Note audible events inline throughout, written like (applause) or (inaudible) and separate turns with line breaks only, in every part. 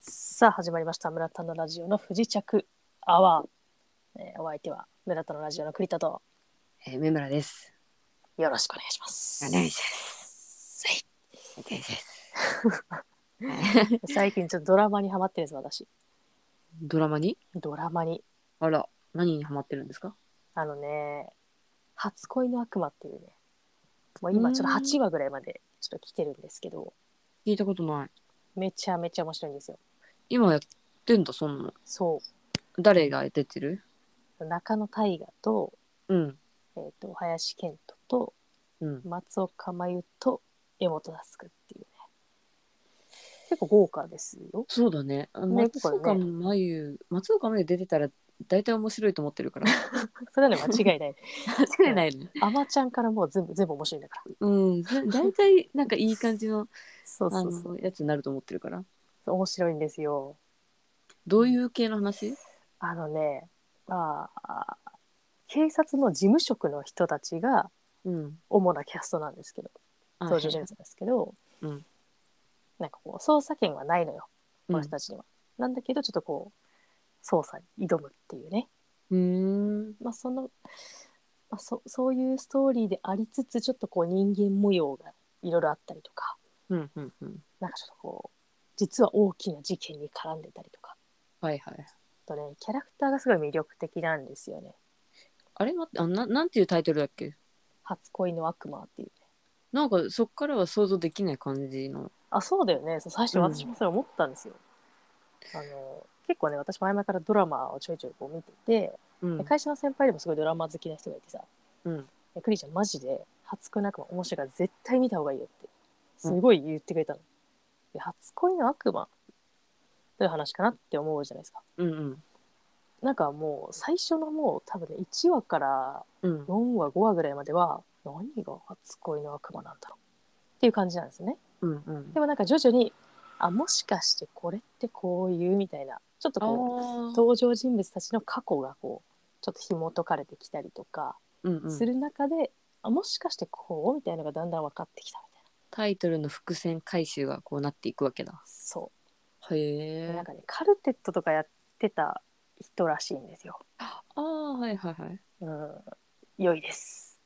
さあ始まりました村田のラジオの不時着アワー、えーお相手は村田のラジオの栗田と
えー、梅村です。
よろしくお願いします。
お願いし
ます。
です。
最近ちょっとドラマにハマってるんです私。
ドラマに
ドラマに
あら、何にハマってるんですか
あのね初恋の悪魔っていうねもう今ちょっと8話ぐらいまでちょっと来てるんですけど
聞いたことない。
めちゃめちゃ面白いんですよ。
今やってんだ、そんなの。
そ
誰が出てる
う中野大河と,、
うん。
えー、と林遣都と
うん。
松岡真優と江本佑っていうね結構豪華ですよ。
そうだね。あ
ね
松岡真優、松岡真優出てたら大体面白いと思ってるから。
(laughs) それはね間違いない。 (laughs)
間違いないね。
アマちゃんからもう全部全部面白いんだから。
うん。大体なんかいい感じの
(laughs) そう
あ
そうそ
のやつになると思ってるから。
う。面白いんですよ。
どういう系の話
あのね、まあ、警察の事務職の人たちが
うん。
主なキャストなんですけど、
あ
登場人物なんですけど、
うん
なんかこう、捜査権はないのよ、こ
う
の人たちには。なんだけど、ちょっとこう、捜査に挑むっていうね。
ん。うーん。
まあ、その、まあ、そそういうストーリーでありつつ、ちょっとこう、人間模様がいろいろあったりとか、
うん。うん。うん。
なんかちょっとこう、実は大きな事件に絡んでたりとか、
はいはい。
あとね、キャラクターがすごい魅力的なんですよね。
あれ待ってあな、なんていうタイトルだっけ
初恋の悪魔っていうね。
なんかそっからは想像できない感じの。
あ、そうだよね。そう最初
うん
私もそれ思ったんですよ。あの、結構ね、私前々からドラマをちょいちょいこう見てて、
うん
で会社の先輩でもすごいドラマ好きな人がいてさ、
うん
でクリちゃんマジで初恋の悪魔面白いから絶対見た方がいいよって、すごい言ってくれたの。で初恋の悪魔という話かなって思うじゃないですか。
うん
なんかもう最初のもう多分ね1話から
うん
4話5話ぐらいまでは何が初恋の悪魔なんだろうっていう感じなんですね
うんうん
でもなんか徐々にあもしかしてこれってこういうみたいなちょっと
あ
こう
ー
登場人物たちの過去がこうちょっと紐解かれてきたりとか
うんう
す
ん
る中で、あもしかしてこうみたいなのがだんだん分かってきたみたいな
タイトルの伏線回収がこうなっていくわけだ
そ
へ
うでな
え
んかねカルテットとかやってた人らしいんですよ
あーはいはいはい
うん良いです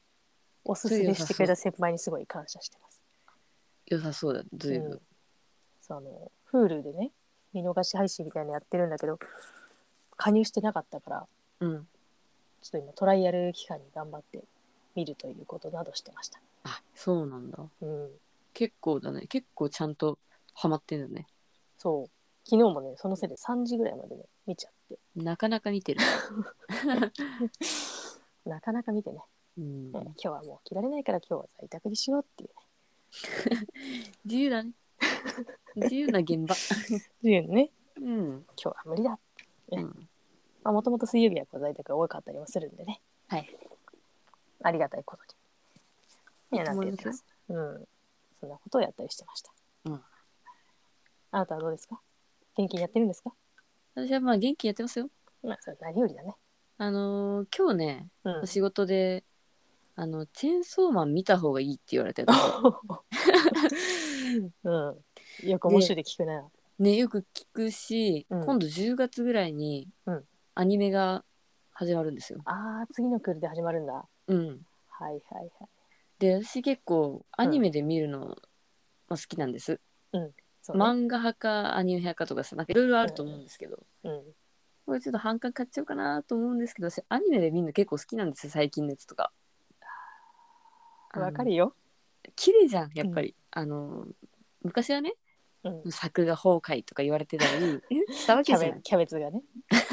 おすすめしてくれた先輩にすごい感謝してます
良さそうだずいぶ
うんん、そうあの Hulu でね見逃し配信みたいなのやってるんだけど加入してなかったから
うん
ちょっと今トライアル期間に頑張って見るということなどしてました、
あそうなんだ
うん、
結構だね結構ちゃんとハマってんだね
そう昨日もねそのせいで3時ぐらいまでね見ちゃって
なかなか見て (laughs) る
なかなか見てね、
うん
えー今日はもう着られないから今日は在宅にしようっていうね
自由だね自由な現 (laughs) 場
自由にね
うん
今日は無理だ
うん
まあもともと水曜日はこう在宅が多かったりもするんでね
はい
ありがたいことに。
いいと思い
なん
ます
て言
よ
ってますうん。そんなことをやったりしてました。
うん
あなたはどうですか元気にやってるんですか
私はまあ元気にやってますよ
まあ、それ何よりだね。
あのー今日ね
うん。
仕事であのチェーンソーマン見た方がいいって言われ
(laughs)
てた
うん。よく面白いで聞くな。
ねよく聞くし、
うん
今度10月ぐらいに
うん
アニメが始まるんですよ。
ああ、次のクールで始まるんだ。は
うん、
いはいはい。
で私結構アニメで見るの、まあ、好きなんです。
そうね、
漫画派かアニメ派かとかさなんかいろいろあると思うんですけど、
うん。
これちょっと反感買っちゃおうかなと思うんですけど私アニメで見るの結構好きなんですよ最近のやつとか。
わかるよ。
あの綺麗じゃんやっぱり。あの昔はね
うん。
作画崩壊とか言われてたり (laughs) したわ
キ
け
ャ
じゃ
ベ
ない。
キャベツがね。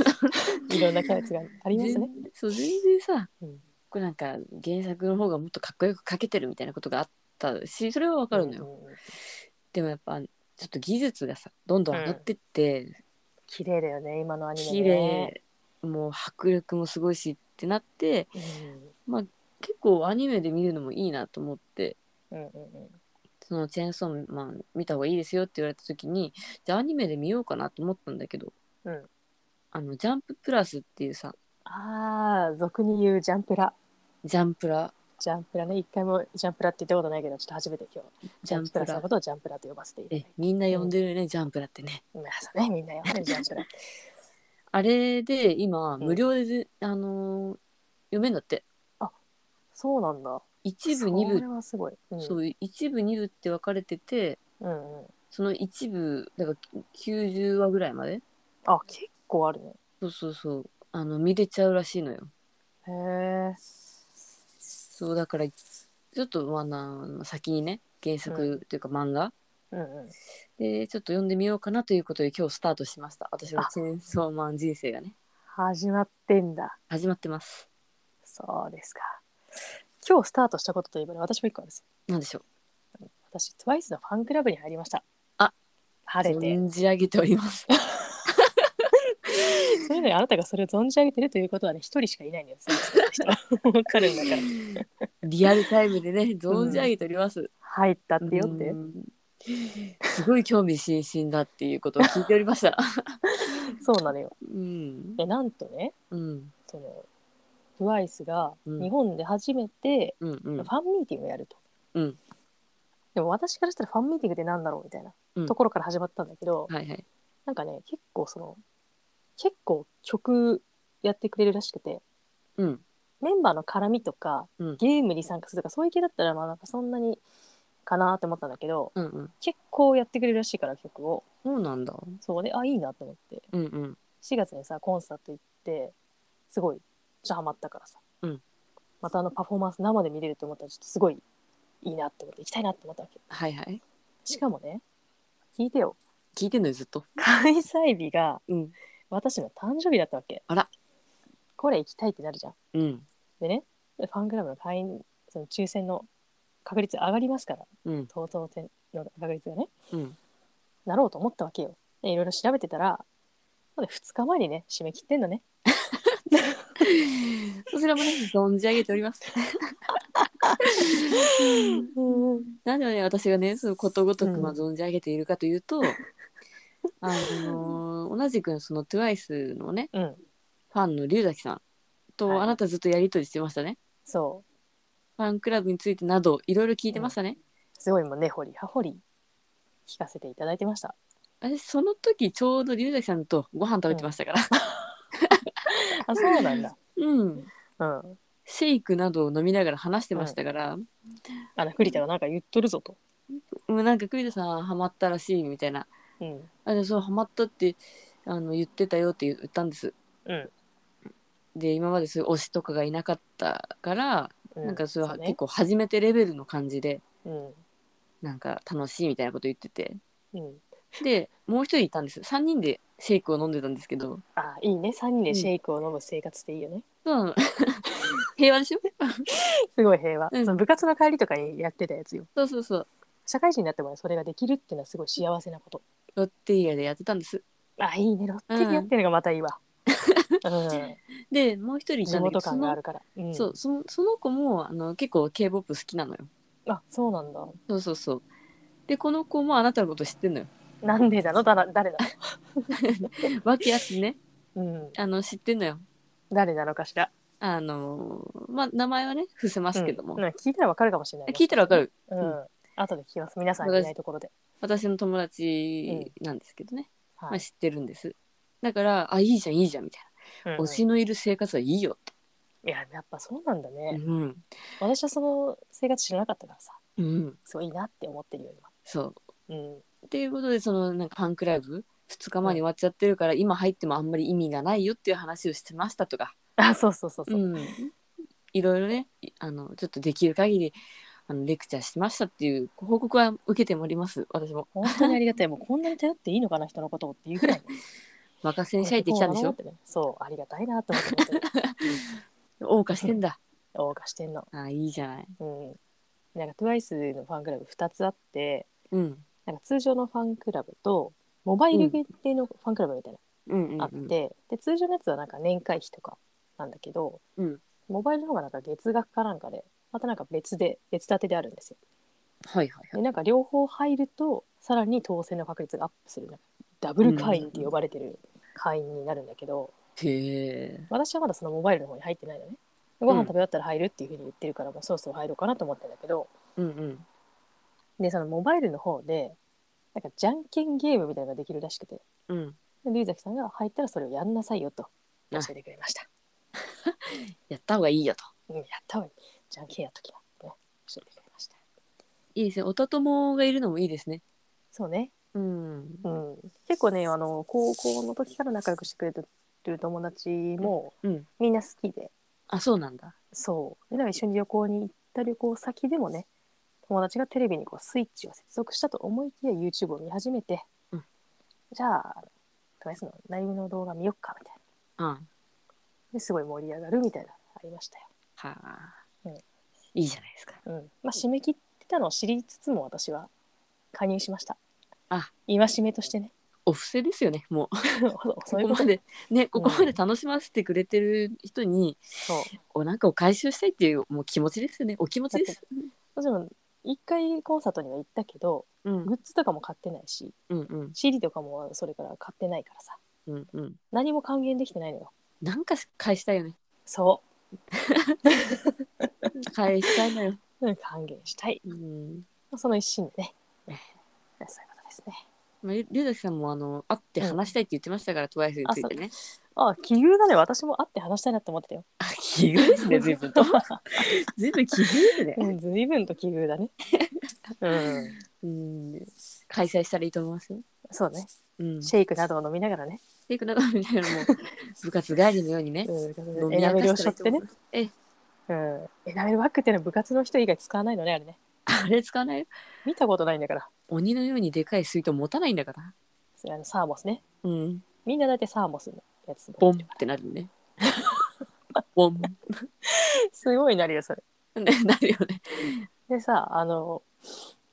(laughs)
いろんなキャベツがありますね。
全然そう全然さ、
うん
これなんか原作の方がもっとかっこよく描けてるみたいなことがあったしそれはわかるのよ、
うんうんうん。
でもやっぱちょっと技術がさどんどん上がってって、
綺麗だよね、今のアニメ、ね。
綺麗もう迫力もすごいしってなって
う
結構アニメで見るのもいいなと思って
んうんうん
そのチェーンソーマン見た方がいいですよって言われた時にじゃあアニメで見ようかなと思ったんだけど、
うん
あのジャンププラスっていうさ
ああ、俗に言うジャンプラ。
ジャンプラ
ジャンプラね、一回もジャンプラって言ったことないけど、ちょっと初めて今日、
ジャンプ
さん
ラ
の。ことをジャンプラと呼ばせていただい
え
て。
みんな呼んでるよね、ジャンプラってね。
まあ、そうね、みんなやばいジャンプラって。
あれで今
ん
無料で、あのー読めんだって。
そうなんだ。
一部二
それ
部、
はすごい。うん、。
そうう一部二部って分かれてて、
んうん。
その一部だから90話ぐらいまで、
あ、結構あるね。
そうそうそうあの見れちゃうらしいのよ。
へえ。
そうだからちょっとまあな先にね原作というか漫画、
うんうん。
でちょっと読んでみようかなということで今日スタートしました私のチェーンソーマン人生がね
始まってんだ。
始まってます
そうですか。今日スタートしたことといえばね、私も一個あるんですよ。
なんでしょう
私、TWICE のファンクラブに入りました。
あ
晴れて。
存じ上げております
そういうのにあなたがそれを存じ上げてるということはね、一人しかいないん
(laughs)
ですよ。そういう人はわかるんだから。
リアルタイムでね存じ上げております、
入ったってよって
う。んすごい興味津々だっていうことを聞いておりました
(laughs) そうなのよ。
うん
で、なんとね、
うん
その、TWICE が
うん
日本で初めて
うんう
フ
ん
ァンミーティングをやると。
うん
でも私からしたらファンミーティングってなんだろうみたいな
うん
ところから始まったんだけど、
はいはい
なんかね、結構その、結構曲やってくれるらしくて、
うん
メンバーの絡みとか、
うん
ゲームに参加するとか、そういう系だったら、まあなんかそんなにかなって思ったんだけど、
うんうん
結構やってくれるらしいから曲を、
そうなんだ
そうで、あ、いいなと思って、
うんうん
4月にさ、コンサート行って、すごい、ちょっとハマったからさ、
うん
またあのパフォーマンス生で見れると思ったら、ちょっとすごいいいなって思って、行きたいなって思ったわけ。
はいはい
しかもね、聞いて
(laughs)
よ、
聞いてんのよずっと
開催日が
うん
私の誕生日だったわけ。
あら
これ行きたいってなるじゃん。
うん
でね、ファンクラブの会員、その抽選の確率上がりますから、
うん
当当選の確率がね、
うん
なろうと思ったわけよ。でいろいろ調べてたら、まだ2日前にね、締め切ってんのね。
そちらもね存じ上げておりますなんでね私がねそのことごとくまあ
うん
存じ上げているかとい
(laughs)
うと、あのー同じくその TWICE のね
うん、
ファンの龍崎さん
はい
とあなたずっとやり取りしてましたね、
そ
ファンクラブについてなどいろいろ聞いてましたね、
う。すごいもう根掘り葉掘り聞かせていただいてました。
私その時ちょうど龍崎さんとご飯食べてましたから
あ、そうなん
(laughs)
だ。
うん、
うん。
シェイクなどを飲みながら話してましたから、
あの、栗田がなんか言っとるぞと。
もうなんか栗田さんハマったらしいみたいな
うん。
あでそうハマったってあの言ってたよって言ったんです
うん。
で今までそういう推しとかがいなかったから、
う
なんかそれは
う
結
ね。
構初めてレベルの感じで
うん。
なんか楽しいみたいなこと言ってて
うん。
でもう一人いたんです3人でシェイクを飲んでたんですけど
あ、いいね。3人でシェイクを飲む生活っていいよね。
そう (laughs) なの平和でしょ (laughs)
すごい平和。
うん
その部活の帰りとかにやってたやつよ。
そうそうそう
社会人になってもね、それができるっていうのはすごい幸せなこと。
ロッテリアでやってたんです
あ、いいね。ロッテリアっていうのがまたいい
(laughs)
わ。う
でもう一人
ん。
い
地
たんだ
元
けどそ
感があ
の
るから。うん、
そう。そのその子もあの結構 k p o p 好きなのよ
あ、そうなんだ。
そうそうそうでこの子もあなたのこと知ってんのよ
なんでだのだら誰だ
わけあってね
の、うん、
あの知ってんのよ
誰なのかしら。
あのまあ名前はね伏せますけども、
うん、聞いたらわかるかもしれないね。
聞いたらわかる
うん。後で聞きます。皆さんいないところで。
私の友達なんですけどね、ま
は
あ、
い。
知ってるんですだからあいいじゃんいいじゃんみたい
うん
な、推しのいる生活はいいよって
いや、やっぱそうなんだね。
うん、
私はその生活知らなかったからさ、
うん、
すごいいいなって思ってるよ、
そう
今。うん。
っていうことでそのなんかファンクラブ2日前に終わっちゃってるから、今入ってもあんまり意味がないよっていう話をしてましたとか、
あ、そうそうそうそう。
うんいろいろねいあのちょっとできる限りあのレクチャーしましたっていうご報告は受けております私も
本当にありがたい。もうこんなに頼っていいのかな、人のことをっていうぐらい。
(laughs) 若先生入ってきたんでしょ
そう、ありがたいなと思って
(laughs)
ます。
謳歌してんだ、
謳歌してんの。
(laughs) あいいじゃない
うん。なんか TWICE のファンクラブ2つあって、
うん
なんか通常のファンクラブと、モバイル限定のファンクラブみたいな
うんうん、うん、
のあって、で、通常のやつはなんか年会費とかなんだけど、
うん
モバイルの方がなんか月額かなんかで、またなんか別で、別立てであるんですよ。
はいはいは
で、
い
なんか両方入ると、さらに当選の確率がアップする、なんかダブル会員って呼ばれてる会員になるんだけど、
へえ
私はまだそのモバイルの方に入ってないのね。ご飯食べ終わったら入るっていうふうに言ってるから、もうそろそろ入ろうかなと思ったんだけど
うんうん。
でそのモバイルの方でなんかじゃんけんゲームみたいなのができるらしくて
うん。
で龍崎さんが入ったらそれをやんなさいよと教えてくれました、
やった方がいいよと。
うん、やったわいいじゃんけんやっときなってね教えてくれました
いいですね。おたともがいるのもいいですね。
そうね
う
う
ん。
ん、結構ねあの高校の時から仲良くしてくれてる友達も
うん。
みんな好きで
あ、そうなんだ。
そうでなんか一緒に旅行に行った旅行先でもね友達がテレビにこうスイッチを接続したと思いきや YouTube を見始めて、
うん
じゃあとりあえずのライブの動画見よっかみたいな
うん。
ですごい盛り上がるみたいなのありましたよ、
はあ
うん。
いいじゃないですか。
うんまあ、締め切ってたのを知りつつも私は加入しました
あ
戒めとして
(laughs)
ね
お布施ですよね。もう。 (laughs)
そういう
ここ
こと
までねここまで楽しませてくれてる人に、
そう
おなんかを回収したいっていうもう気持ちですよねお気持ちです
もちろん一回コンサートには行ったけど
うん
グッズとかも買ってないし
うんうん
CD とかもそれから買ってないからさ
うんうん
何も還元できてないのよ
なんか返したいよね
そ
返したい
(laughs)
のよ、
ううん還元したい
うん
その一心でね
ええ
そういうことですね
まあ、り龍崎さんもあの会って話したいって言ってましたから、トワイスについてね
あ奇遇だね私も会って話したいなって思ってたよ
あ奇遇ですね随分と (laughs) 随分奇遇ですね、
(laughs) うん随分と奇遇だ
(laughs)
ねうん
うん、開催したらいいと思いますよ、
そうね
うん、シ
シェイクなどを飲みながらね、
ェイクなどみたいなもう部活帰りのようにね
うん、
飲
エ
み
ナ
明
メルを
か
し
し
ょ
た
っ
らい
てね
いと思い、ますええ
うん、エナメルバッグってのは部活の人以外使わないのねあれね
(laughs) あれ使わないよ
見たことないんだから
鬼のようにでかい水筒持たないんだから
それあのサーモスね
うん
みんな大体サーモスのやつ
ボンってなる (laughs) ね。ボン。
すごいなるよそれ
ね、 (laughs) なるよね。
でさあの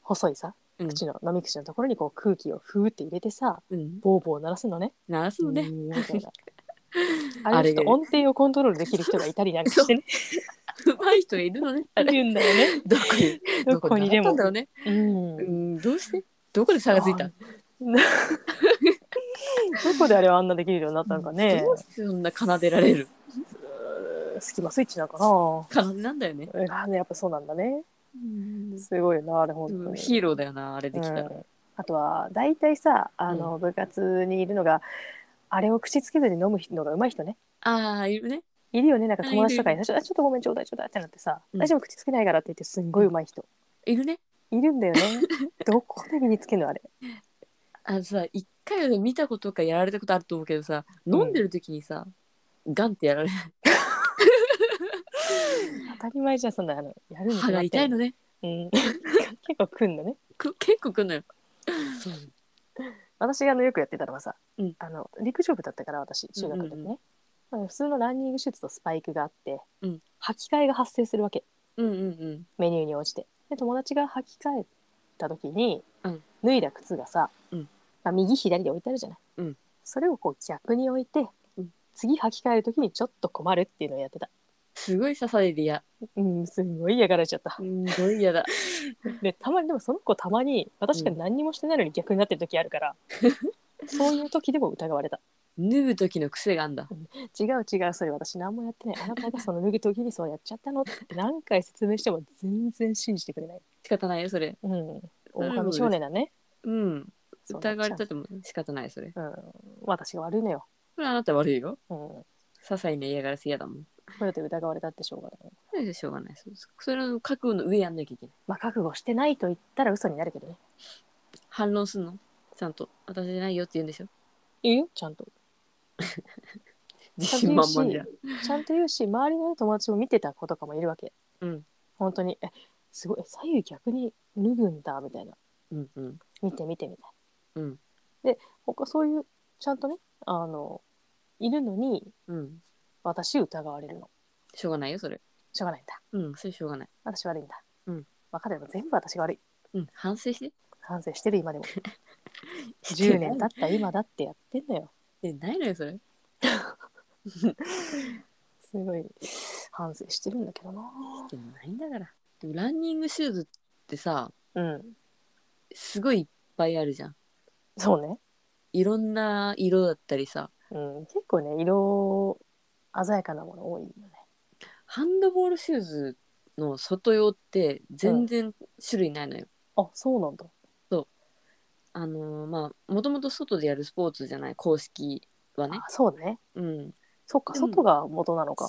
細いさ
うん
口の、飲み口のところにこう空気をふーって入れてさ
うん。
ボーボー鳴らすのね。
鳴らすのね。
ーみたい
(laughs)
なあ
あ
れ
れ
ちょっと音程をコントロールできる人がいたりなんかしてね。
うまい人がいるのね。あ
いる
れ。
んだよね。
(laughs) どこに、
どこにで
ど
も
こ。習ったんだろうね。
うん、
う
ど
ん、どうして (laughs) どこで差がついた
こであれはあんなできるようになったのかね。
どうしてそんな奏でられる
うん隙間スイッチなんかな。
奏でなんだよね。
うんあやっぱそうなんだね。
うん
すごいなあれ本当に。
ヒーローだよな、あれできたら
う。んあとは大体さあの部活にいるのが、あれを口つけずに飲むのがうまい人ね
ああ、いるね。
いるよねなんか友達とか
う
に「あちょっとごめんちょうだいちょうだい」ってなってさ「
うん
大丈夫口つけないから」って言ってすんごいうまい人、
いるね。
いるん
(laughs)
だよねどこで身につけるのあれ
あのさ、一回は見たことかやられたことあると思うけどさ、飲んでる時にさ、ガンってやられる。
当たり前じゃんそんなあのやるに決
歯
ま
が
って
痛いのね。
うん (laughs) 結構くんのね
く結構くんのよ。
私があのよくやってたのはさ、
うん
あの陸上部だったから私中学の時ね、
うんう
あの普通のランニングシューズとスパイクがあって、
うん
履き替えが発生するわけ
うんうんうん。
メニューに応じてで友達が履き替えた時に、
うん
脱いだ靴がさ、
うん
まあ、右左で置いてあるじゃない、
うん
それをこう逆に置いて、
うん
次履き替える時にちょっと困るっていうのをやってた
すごい刺されるや。
うんすんごい嫌がられちゃった
すんごい嫌だ。
でたまにでもその子たまに私が何にもしてないのに逆になってる時ある
(laughs)
から、そういう時でも疑われた
脱ぐ時の癖があんだ。
違う違うそれ私何もやってないあなたがその脱ぐ時にそうやっちゃったのって何回説明しても全然信じてくれない
仕方ないよ、それ。
うん狼少年だね
うん。
そうなっ
疑
ち
わ
ゃう
れたとも仕方ない、それ。
うん、私が悪いのよ、
それあなた悪いよ。
うん、こ
些細な嫌がらせ嫌だもん。
れで疑われたってしょうがない
それでしょうがない。そうですそれの覚悟の上やんなきゃいけない。
まあ覚悟してないと言ったら嘘になるけどね
反論すんのちゃんと。私じゃないよって言うんでしょ。
言うよちゃんと
自信満々じゃん。
ちゃんと言うし周りの友達も見てた子とかもいるわけ
うん。
本当にえすごい左右逆に脱ぐんだみたいな
うんうん。
見て見てみたいな。
うん
で他そういうちゃんとねあのいるのに
うん。
私疑われるの
しょうがないよ、それ。
しょうがないんだ
うん、それしょうがない。
私悪いんだ、
うん、
分かれば全部私が悪い
うん、反省して。
反省してる今でも
してな
10
い
年経った今だってやってんのよ
え、ないのよ、それ。
すごい反省してるんだけどな
してないんだから。でもランニングシューズってさ、
うん
すごいいっぱいあるじゃん。
そうね、
いろんな色だったりさ、
うん、結構ね色鮮やかなもの多いよね
ハンドボールシューズの外用って全然種類ないのよ。
あそうなんだ
あのーまあもともと外でやるスポーツじゃない公式はね。
あそうね
うん。
そっか
うん
外が元なのか、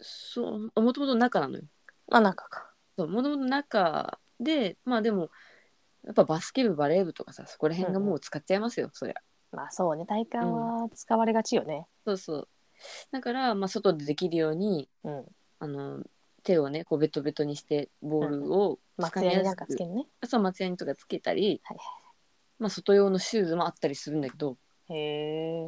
そうもともと中なのよ。
あなんかか
そうもともと中でまあでもやっぱバスケ部バレー部とかさそこら辺がもう使っちゃいますよ、そりゃ。
まあそうね体幹は使われがちよね
そうそう。だから、まあ、外でできるように
うん
あの手をねこうベトベトにしてボールを
松屋になんかつけるね
そう松屋にとかつけたり、
はい
まあ、外用のシューズもあったりするんだけど
へ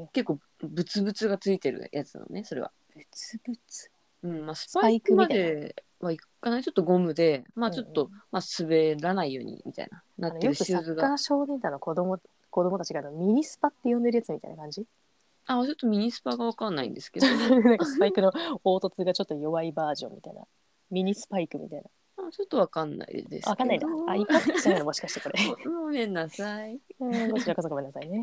え
結構ブツブツがついてるやつなのねそれは。
ぶつぶつ
うんまあ、ス
パ
パ
イ
イ
ク
ク
み
ま
たいな
ではいかないちょっとゴムで、まあ、
うん
ち
うん
ょっと、まあ、滑らないようにみたいなな
あ
っ
の
て
よ
る
く
シ
サ
ューズ
ッカ
が
ー少年団の子供子供たちがあのミニスパって呼んでるやつみたいな感じ (laughs)
あちょっとミニスパがわかんないんですけどあ
なんかスパイクの凹凸がちょっと弱いバージョンみたいなミニスパイクみたいな
ちょっとわかんないですけど
あわかんないなあ一発じゃないのもしかしてこれ
ごめんなさい。
(laughs) うんこちらこそごめんなさいね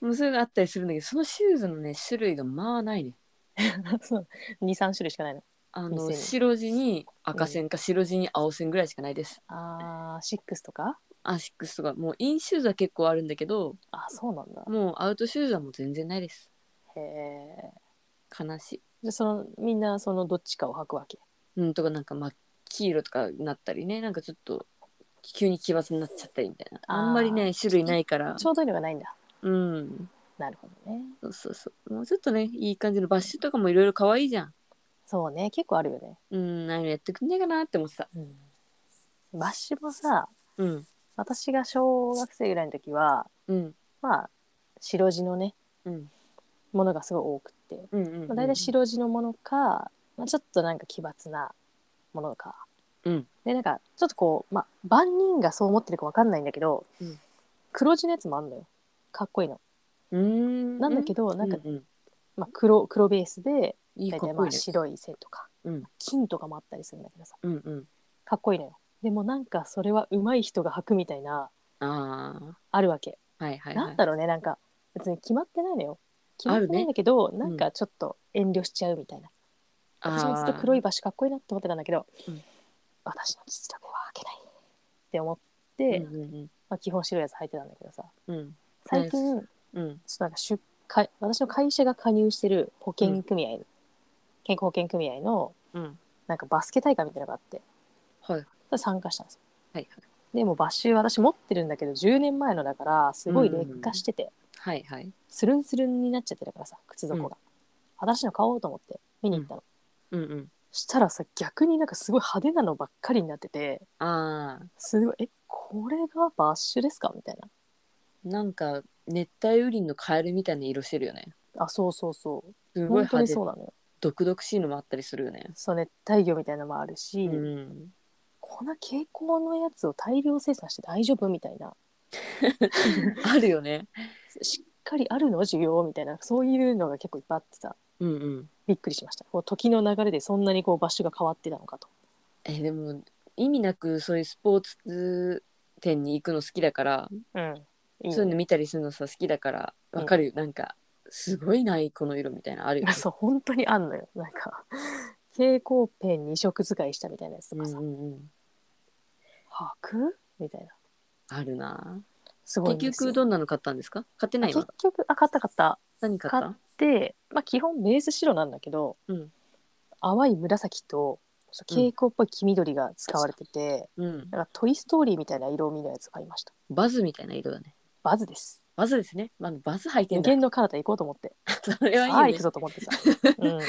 もうそれがあったりするんだけどそのシューズのね種類がまあないね
そう23種類しかないの
あ
店
の
に
白地に赤線か白地に青線ぐらいしかないです、
あーシックスとか
アシックスとかもうインシューズは結構あるんだけど
あそうなんだ
もうアウトシューズはもう全然ないです
へえ
悲しい
じゃあそのみんなそのどっちかを履くわけ
うんとかなんか真っ黄色とかになったりねなんかちょっと急に奇抜になっちゃったりみたいな
あー
あんまりね種類ないから
ちょうどいいのがないんだ
うん
なるほどね
そうそうそうもうちょっとねいい感じのバッシュとかもいろいろ可愛いじゃん
そうね結構あるよね、
うんああいうのやってくんねえかなって思ってた
うん、バッシュもさ
うん
私が小学生ぐらいの時は
うん
まあ白地のね
うん
ものがすごい多くって、
うんうん
まあ、大体白地のものか、まあ、ちょっとなんか奇抜なものか、
うん
でなんかちょっとこう、まあ、万人がそう思ってるかわかんないんだけど、
うん
黒地のやつもあんのよかっこいいの
うん
なんだけど、なんか、
うんうん
まあ、黒黒ベースで
いい
大
か
体
っ
ま
こ
あ
いいね。
白い線とか、
うん
金とかもあったりするんだけどさ
うんうん。
かっこいいのよでもなんかそれは上手い人が履くみたいな
あ
あるわけ
あ、はいはいはい。
なんだろうねなんか別に決まってないのよ決まってないんだけど、なんかちょっと遠慮しちゃうみたいな、私もずっと黒
い。
い場所かっこいいなと思ってたんだけど、
うん
私の実力は負けないって思って、
うんうん
まあ、基本白いやつ履いてたんだけどさ
うん
最近、ちょ
う
っ
うん
となんか出会私の会社が加入してる保険組合、健康保険組合の
うん。
なんかバスケ大会みたいなのがあって
はいはい
それ参加したんですよ
はい
でもうバッシュ私持ってるんだけど10年前のだからすごい劣化してて、
はいはい。
スルンスルンになっちゃってるからさ靴底が、
うん
私の買おうと思って見に行ったの、
うんうん。
したらさ逆になんかすごい派手なのばっかりになってて
ああ、
すごいえこれがバッシュですかみたい
なんか熱帯雨林のカエルみたいな色してるよね。
なあそうそうそう
すご
本
い
当
派
に
手
そう。なのよ
毒々しいのもあったりするよね。
そう熱帯魚みたいなのもあるし、
うん。
こんな蛍光のやつを大量生産して大丈夫みたいな
あるよね。
しっかりあるの需要みたいなそういうのが結構いっぱいあってさ
うんうん。
びっくりしましたこう時の流れでそんなにこうバッシュが変わってたのかと
えでも意味なくそういうスポーツ店に行くの好きだから、
うんいい
そういう
ね
の見たりするのさ好きだからわかるよ、なんかすごいないこの色みたいなのあるよね。
(laughs) そう本当にあんのよなんか蛍光ペンに色使いしたみたいなやつと
うん
かさ
うんうん、
「履く?」みたいな
あるなぁ。
すごいんで
結
すよ
局どんなの買ったんですか買ってない
結
の
局あ買った買った
何買った
で、まあ、基本ベース白なんだけど、
うん
淡い紫とそう
うん
蛍光っぽい黄緑が使われてて、
うん。
なんかトイ・ストーリーみたいな色味のやつ買いました
バズみたいな色だね。
バズです
バズですね。まあ、バズ履いて
無
んだ。
限の彼方行こうと思って
それ
さ
はいい
あ行
よね
く。ぞと思ってさ、
(laughs)
うん、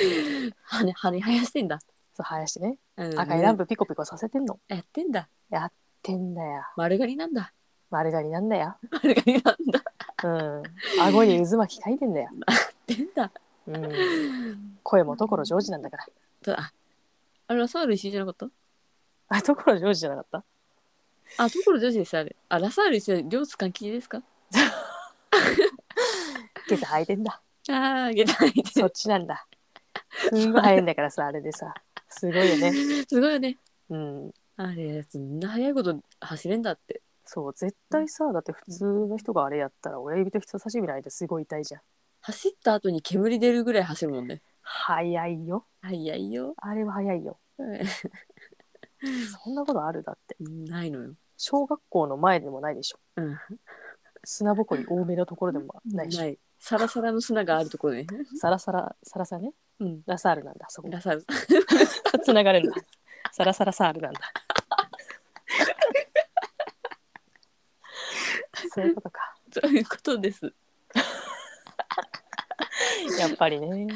羽、羽生やしてんだ。
そう生やしてね
うん、
赤いランプピコピコさせてんの
やってんだ。
やってんだよ
丸刈りなんだ。
丸刈りなんだよ
丸刈りなんだ。や
うん顎に渦巻き書いてんだよ
ってんだ。 (laughs)
うん声も所ジョージなんだから。
とあ、あれラサール石井じゃなかった
あ、所ジョージじゃなかった
あ、ところ女子です、あれ。あ、ラサール石井、両津関係ですか
ゲタ履いてんだ。
ああ、げたいて。
(laughs) そっちなんだ。すんごい早いんだからさ、あれでさ。すごいよ (laughs) ね。
すごいよね。
うん。
あれ、そんな早いこと走れんだって。
そう、絶対さ、だって普通の人があれやったら、親指と人差し指の間すごい痛いじゃん。
走った後に煙出るぐらい走るもんね。
早いよ。
早いよ。
あれは早いよ。そんなことあるだって。
ないのよ。
小学校の前でもないでしょ。
うん。
砂ぼこり多めのところでもないでしょ。
い。サラサラの砂があるところね。
サラサラ、サラサラね。
うん。
ラサールなんだ、そこ。
ラサル。 (laughs)
つながるんだ。サラサラサール (laughs) なんだ。そういうことか。
そういうことです。
やっぱりね。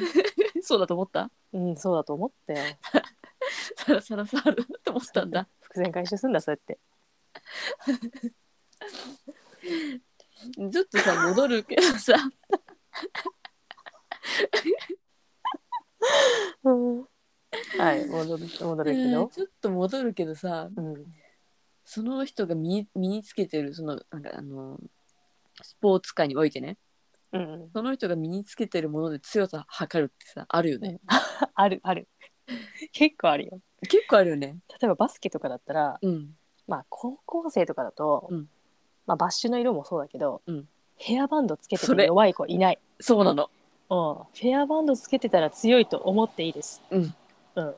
そうだと思った
うん、そうだと思ったよ。
サラサラサラだと思ったんだ。
伏線回収すんだ、そうやって。
ちょっとさ、戻るけどさ、
はい、戻る、戻るけ
ちょっ
ど。
と戻るけどさ、
うん。
その人が身に身につけてる、その、なんかあの、スポーツ界においてね、
うん。
その人が身につけてるもので強さ測るってさ、あるよね。
ある、ある。結構あるよ。
結構あるよね。
例えばバスケとかだったら、
うん。
まあ高校生とかだと、
うん
まあバッシュの色もそうだけど、
うん
ヘアバンドつけて
そ
て
れ
弱い子いない。
そうなの。
うん、ヘアバンドつけてたら強いと思っていいです。
うん。
うん。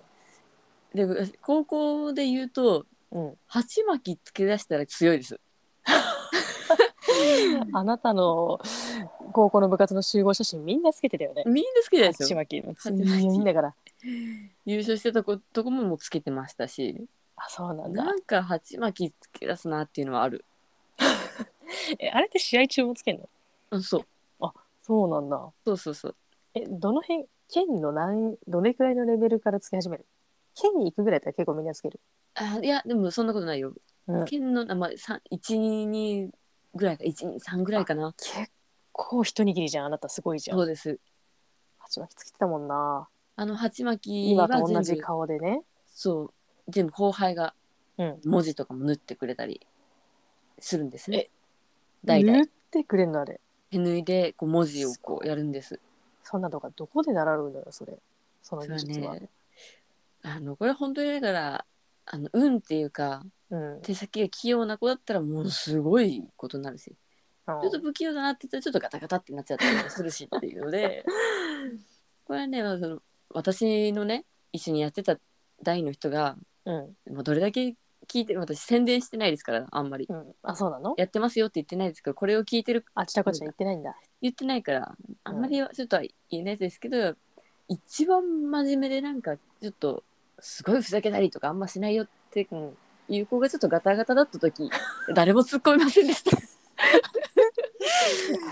で、高校で言うと、
うん、
鉢巻きつけ出したら強いです。
あなたの高校の部活の集合写真みんなつけてたよね。
みんな好きじゃないです
鉢
よ。
巻きの
鉢巻き
みんなから。
優勝してたことこももうつけてましたし、
あそうなんだ
な。んか鉢巻きつけ出すなっていうのはある。
えあれって試合中もつけんの
うん、そう。
そうなんだ。
そうそうそう。
えどの辺県の何どれくらいのレベルからつけ始める県に行くぐらいだったら結構みんなつける。
あいや、でもそんなことないよ。
うん、結
県の、あまあ、さん1、2ぐらいか、1、2、3ぐらいかな。
構一握りじゃんあなたすごいじゃん
そ。うです。
鉢巻きつけてたもんな
あの、鉢巻きは
今と同
全
じ
部、
顔でね
そう、全部後輩が
うん
文字とかも縫ってくれたりするんですね
え。
代々
縫ってくれるのあれ
手縫いでこう文字をこうやるんです。
そんなとかどこで習うんだよそれその
それ
技
は
術は、
ね、あの、これは本当にだから、あの、運っていうか、
うん
手先が器用な子だったらもうすごいことになるし、ちょっと
う
不器用だなって言ったらちょっとガタガタってなっちゃったりもするしっていうの (laughs) でこれはね、まあその私のね一緒にやってた代の人が、
んうん、
まあ、どれだけ聞いて私宣伝してないですからあんまり
うん、あそうなの
やってますよって言ってないですけどこれを聞いてる
あちたこちた言ってないんだ (laughs)
言ってないからあんまりちょっとは言えないですけど、一番真面目でなんかちょっとすごいふざけたりとかあんましないよって
うん
いう子がちょっとガタガタだった時誰も突っ込みませんで (laughs) した。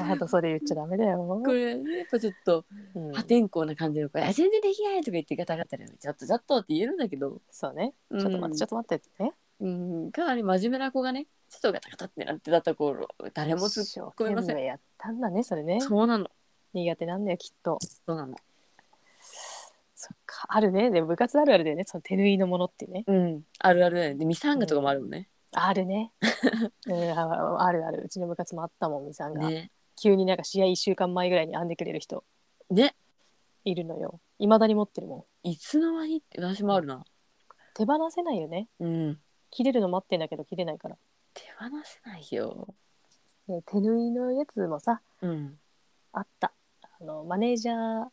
あなたそれ言っちゃダメだ (laughs) よ
こ、れねやっぱちょっと
うん
破、天荒な感じの子「あ全然できない」とか言ってガタガタで「ちょっとちょっと」って言えるんだけど、
そうねち
うん、
ょっと待って、ちょっと待ってってね
うん、かなり真面目な子がねちょっとガタガタってなってたところ誰もつ
一生
ごめ
懸
んなさい
命やったんだねそれね
そうなの
苦手なんだよきっと
そうなの
そっかあるねでも部活あるあるだよねその手縫いのものってね
うんあるあるだよねでミサンガとかもあるもんね、
ある
(laughs)
ね、うん、ああるあるうちの部活もあったもんみさんが、
ね
急になんか試合1週間前ぐらいに編んでくれる人
ね
いるのよいまだに持ってるもん
いつの間にって私もあるな
手放せないよね
うん
切れるの待ってんだけど切れないから、
手放せないよ
ね手縫いのやつもさ
うん
あったあのマネージャー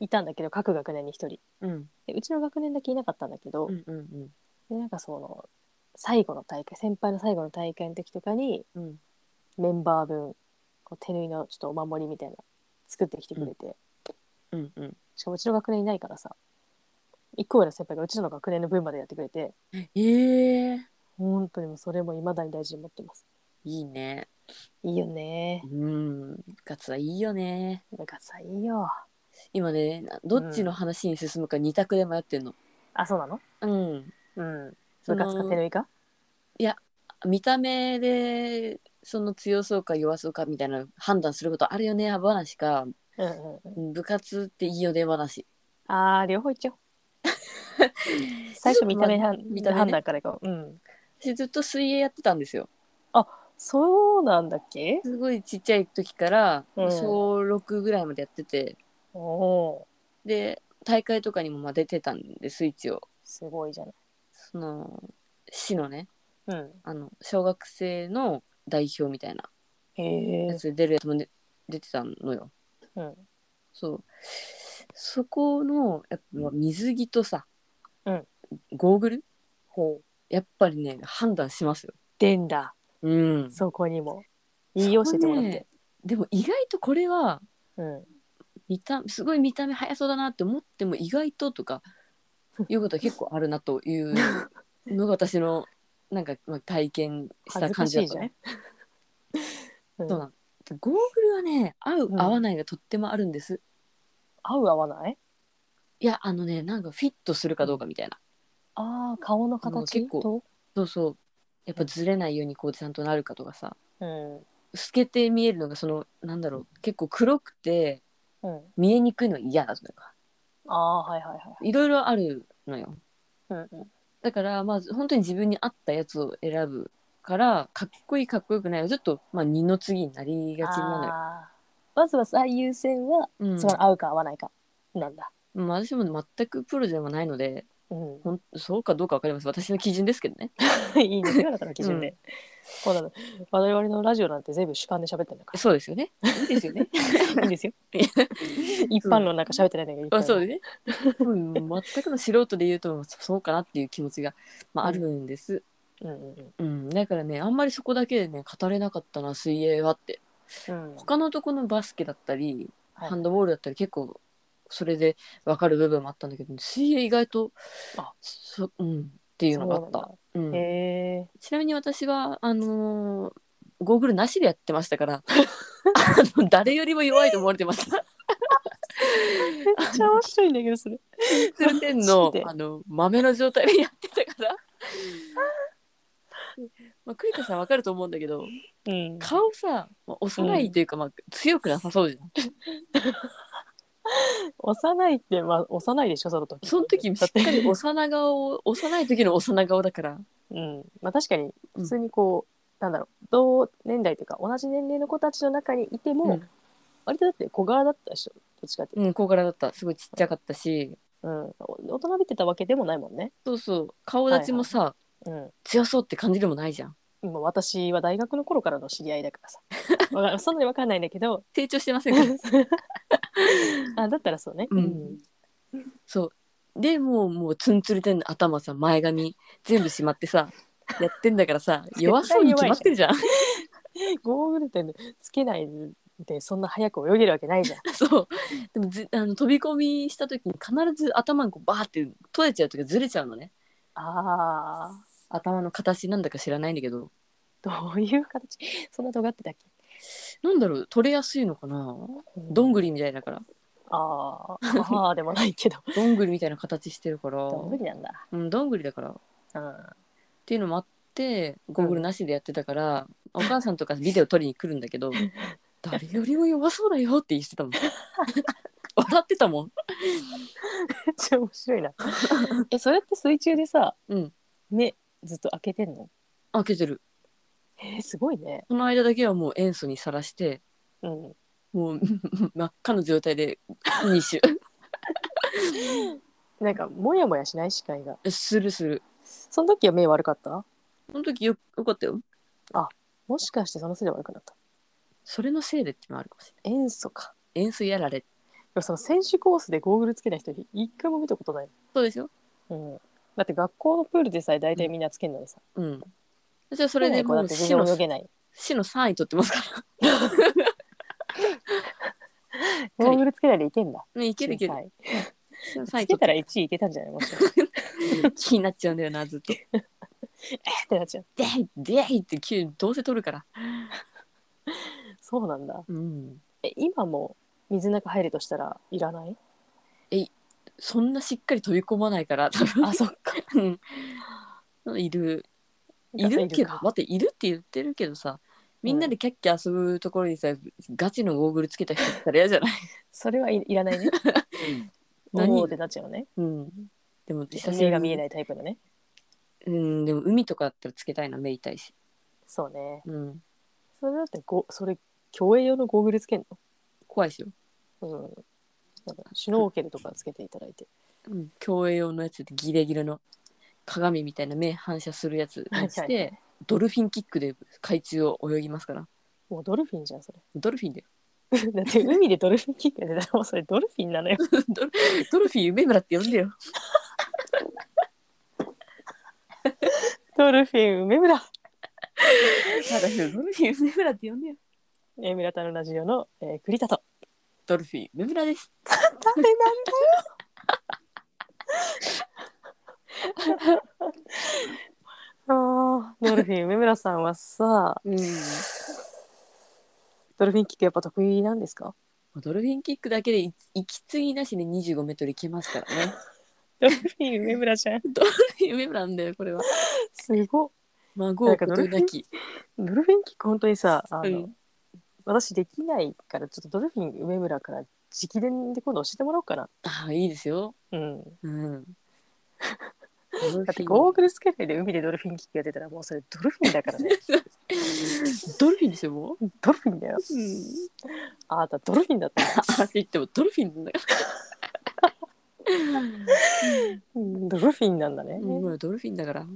いたんだけど各学年に1人
うん
でうちの学年だけいなかったんだけど、
うんうん
でなんかその最後の大会先輩の最後の大会の時とかに
うんうん
メンバー分こう手縫いのちょっとお守りみたいな作ってきてくれて、
うんうん
しかもうちの学年いないからさ1個上の先輩がうちの学年の分までやってくれて
えー、
本当にもうそれもいまだに大事に持ってます
いいね
いいよね
うん部活はいいよね
なんかさいいよ
今ねなどっちの話に進むか二択で迷ってんの
あそうなの
うん
うん
そ
部
の
活か手縫いか
見た目でその強そうか弱そうかみたいな判断することあるよね話か
うんうんうん
うん部活っていいよね話
あー両方いっちゃおう最初見た目判
見た目ね
判断からいこううん
私ずっと水泳やってたんですよ
そうなんだっけ
すごいちっちゃい時から
うん
小6ぐらいまでやってて、
おお
で大会とかにもまあ出てたんです一応
ーすごいじゃない
その市のね
うん
あの小学生の代表みたいな
へえ
やつで出るやつも、ね、出てたのよ
うん
そうそこのやっぱ水着とさ、
うん
ゴーグル
ほう。
やっぱりね判断しますよ。
でんだ。
うん、
そこにも。言い教えてもらって。
でも意外とこれは
うん。
見たすごい見た目早そうだなって思っても意外と
(laughs)
とかいうことは結構あるなというのが私のなんか、まあ、体験した
恥ず
感
か
じ
し
だっ
いじ
た
ゃん
ね。。 (laughs)
うん
そうなのゴーグルはね合う
うん
合わないがとってもあるんです。
合う合わない
いやあのねなんかフィットするかどうかみたいな。
ああ、顔の
あの
形
結構
と。
そうそうやっぱずれないようにこうちゃんとなるかとかさ
うん。
透けて見えるのがそのなんだろう結構黒くて
うん。
見えにくいのは嫌だとか
ああ、はいはいはい
ろいろあるのよ
いはい。うんうん。
だからまあ本当に自分に合ったやつを選ぶからかっこいいかっこよくないはちょっと、まあ、二の次になりがちなのよ。
あーまずは最優先は、
うん
つまり合うか合わないかなんだ。
まあ私も全くプロではないので
うん (laughs)
ほんそうかどうか分かります私の基準ですけどね。
いいんですよ、あなたの基準で。こうなの。我々のラジオなんて全部主観で喋ってるんだか
そうですよね。いいですよね。
(laughs) ら。いいんです
(laughs)
よ。一般論なんか喋ってないんだけど一般
あ
論。
そうですね。うん全くの素人で言うとそそうかなっていう気持ちが、まあ、あるんです。
うんうん
うん、だからねあんまりそこだけでね語れなかったな水泳はって
うん。うん。
他のとこのバスケだったり、
はい
ハンドボールだったり結構それで分かる部分もあったんだけど水泳意外と
あ
そ、うん、っていうのがあったう、ん
へえ。
ちなみに私はあのーゴーグルなしでやってましたから (laughs) あの誰よりも弱いと思われて
(laughs)
ました (laughs)
めっちゃ面白いんだけど、それ。
通天の
マジで
あの豆の状態でやってたからまあ、クリカさん分かると思うんだけど
うん。
顔さ、まあ幼いというか、まあ、強くなさそうじゃん。
幼いって、まあ、幼いでしょ、その時。
その時し
だ
っ
っ
か
て
り幼顔を幼い時の幼顔だから。
(laughs) うん。まあ、確かに、普通にこう、なんだろう、同年代というか、同じ年齢の子たちの中にいても、割とだって小柄だったでしょ、どっちかっていうと。
うん、小柄だった。すごいちっちゃかったし、
うん、大人びてたわけでもないもんね。
そうそう、顔立ちもさ、
うん、
強そうって感じでもないじゃん。
今私は大学の頃からの知り合いだからさ
(laughs)
わかそんなにわかんないんだけど (laughs)
成長してませんから。
あだったらそうね、
うん (laughs) そう。でもう、もうツンツルてんの頭さ、前髪全部しまって (laughs) さ、やってんだからさ、弱そうに決まってるじゃん。 (laughs)
ゴーグルってつけないでそんな早く泳げるわけないじゃん
そう。でもずあの飛び込みした時に必ず頭にこうバーって取れちゃうとかずれちゃうのね。
あー
頭の形なんだか知らないんだけど。
(laughs) どういう形そんな尖ってたっけ
なんだろう取れやすいのかなどんぐりみたいだから
あーあーでもないけど
どんぐりみたいな形してるから
どんぐりなんだ、
うんどんぐりだからっ
う
ていうのもあってゴーグルなしでやってたから、お母さんとかビデオ撮りに来るんだけど誰よりも弱そうだよって言ってたもん笑ってたもん
ん、めっちゃ面白いなえそれって水中でさ、
うん
目ずっと開けてんの
開けてる
えー、すごいね、
この間だけはもう塩素にさらして
うん、
もう (laughs) 真っ赤の状態で2周
なんかモヤモヤしない視界が
するする
その時は目悪かった
その時よよかったよ
もしかしてそのせいで悪くなった
それのせいでってのもあるかもしれ
塩素か
ない塩素やられ
でもその選手コースでゴーグルつけない人一回も見たことない、
そうですよ
うん、だって学校のプールでさえ大体みんなつけるのにさ、
うんじゃあそ
そ
れで
子
も
だっ
う
て
死
全
の
然泳げない
市の3位取ってますから。
ゴーグルつけないでいけんだ
ね、いけるいけ
小。
る
さい
市の3
つ
位
け
取
た
っ
ら1位いけたんじゃないもしかして
て気になっちゃうんだよな、ずっと。
ってなっちゃう
でいでいって急にどうせ取るから。
そうなんだ
うん。
え今も水の中入るとしたらいらない
そんなしっかり飛び込まないから、多分
あそっか
うん。いる。いるけど、
か
待って、いるって言ってるけどさ、みんなでキャッキャ遊ぶところにさ、ガチのゴーグルつけた人いたら嫌じゃない
それはいいらない
(laughs)
ね
何
何ってなっちゃうね
うん。でも、。
目が見えないいタイプのね
うん、でも海とかだったらつけたいな、目痛いし。
そうね
うん。
それだってごそれ競泳用のゴーグルつけんの
怖いですよ。
うん、なんかシュノーケルとかつけていただいて、
うん、競泳用のやつってギレギレの鏡みたいな目反射するやつにして、
はいはいはい
ドルフィンキックで海中を泳ぎますから
もうドルフィンじゃんそれ
ドルフィンだよ
(laughs) だって海でドルフィンキックやってた (laughs) らもうそれドルフィンなの (laughs) よ。
ドルドルフィン梅村って呼んで (laughs) よ。
ドルフィン梅村。
私ドルフィン梅村って呼んでよ。
えー村田のラジオの、えー栗田と。
ドルフィン梅村です。
誰なん (laughs) だよ。あードルフィン梅村さんはさ
うん。
ドルフィンキックやっぱ得意なんですか
ドルフィンキックだけでい息継ぎなしで25メートルいけますから (laughs) ね。
ドルフィン梅村ちゃん
夢なんだよこれは。
すごっ
孫をことなき。
ドルフィンキック本当にさあの、
うん
私できないからちょっとドルフィン梅村から直伝で今度教えてもらおうかな
ああいいですよ。
うん
(laughs) うん。
だってゴーグルつけないで海でドルフィンキックやってたらもうそれドルフィンだからね
ドルフィンですよもう。
(laughs) ドルフィンだよ
うん。
ああだドルフィンだった
あって言ってもドルフィンだか (laughs)
うんドルフィンなんだね、
ら。もうドルフィンだから。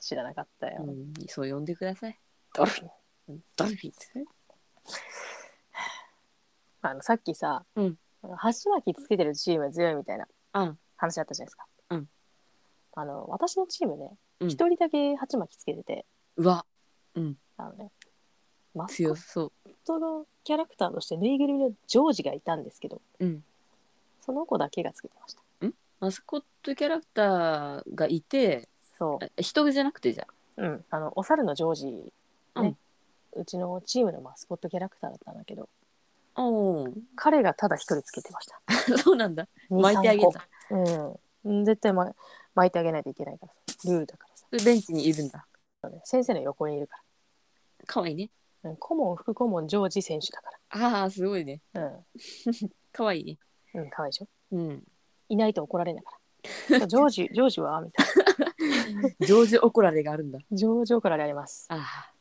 知らなかったよ、
うん。そう呼んでください。
ドルフィン
ドルフィンですね。
あのさっきさ、
うん
箸巻きつけてるチームは強いみたいな
あ
話あったじゃないですか、
うん
あの私のチームね
うん
一人だけ箸巻きつけてて、
うわ
あのねマスコ
強
ッ
そ
トのキャラクターとしてぬいぐるみのジョージがいたんですけど
う。うん。
その子だけがつけてました
マスコットキャラクターがいて
そ
あ人じゃなくてじゃ
う、うん、あのお猿のジョージ、ね
うん
うちのチームのマスコットキャラクターだったんだけど
あ。おお。
彼がただ一人つけてました
そうなんだ。
2
巻いてあげた。
うん、絶対、ま、巻いてあげないといけないからさルールだからさ
それベンチにいるんだ。
先生の横にいるから
可愛いね。
うん顧問副顧問ジョージ選手だか
ああすごいね。
ら
可愛いね。
うん、うん、かわいいでしょ
(laughs) うん。
いないと怒られないから
(laughs)
ジョージジョージはみたい
ジョージ怒られがあるんだ。
なジョージ怒られあります
ああ。
あ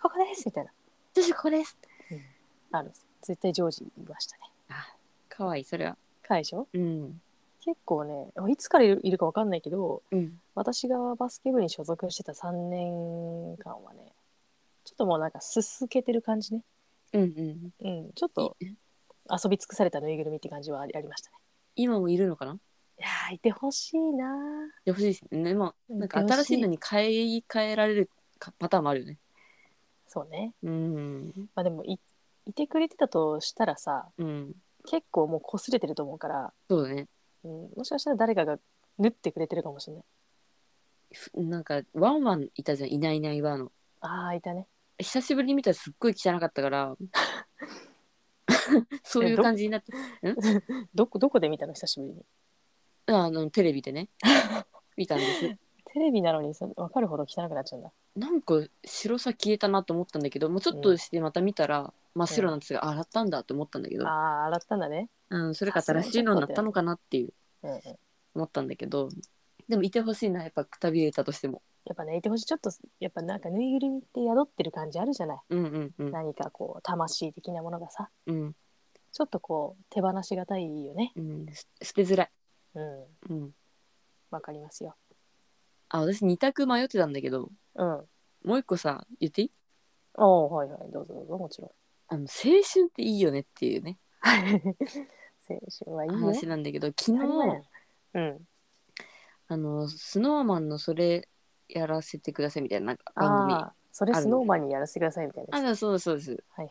ここですみたいな
ジョージここです。
ある絶対ジョージいましたね
可愛いそれは。
かわいいでしょ
うん。
結構ねいつからいるいるかわかんないけど
うん。
私がバスケ部に所属してた3年間はねちょっともうなんかすすけてる感じね
うんうん。
うんちょっと遊び尽くされたぬいぐるみって感じはありありましたね
今もいるのかな。
いやーいてほしいな
で欲しいですね。まあなんか新しいのに買い替えられるかパターンもあるよね。
そうね
うん。
まあでもいいてくれてたとしたらさ
うん。
結構もう擦れてると思うから、
そうだね。
うん、もしかしたら誰かが縫ってくれてるかもしれない
ふなんかワンワンいたじゃん。いないいないワンの。
ああいたね
久しぶりに見たらすっごい汚かったから。 (laughs) そうい
え
う
ど
感じになって。
どこどこで見たの久しぶりに
あのテレビでね。見たんです。
テレビなのにそ分かるほど汚くなっちゃうんだ
なんか白さ消えたなと思ったんだけどもうちょっとしてまた見たら、真っ白なんですが洗ったんだと思ったんだけど、
ああ洗ったんだね
うん、それか新しいのになったのかなっていう
うんうん
思ったんだけどでもいてほしいなやっぱくたびれたとしても
やっぱねいてほしいちょっとやっぱなんかぬいぐるみって宿ってる感じあるじゃない
うんうんうん
何かこう魂的なものがさ
うん、
ちょっとこう手放しがたいよね
うん、す捨てづらい、
うん
うん、
わかりますよ
あ私2択迷ってたんだけど
うん
もう一個さ言っていい
おおはいはいどうぞどうぞもちろ (laughs) ん
あの青春っていいよねっていうね
青春はいいよ
話なんだけど昨
当
日
たり前やうん
あのスノーマンのそれやらせてくださいみたいななんか番組
ああそれ
ある
スノーマンにやらせてくださいみたいなやつ
あそうそうです
はいはい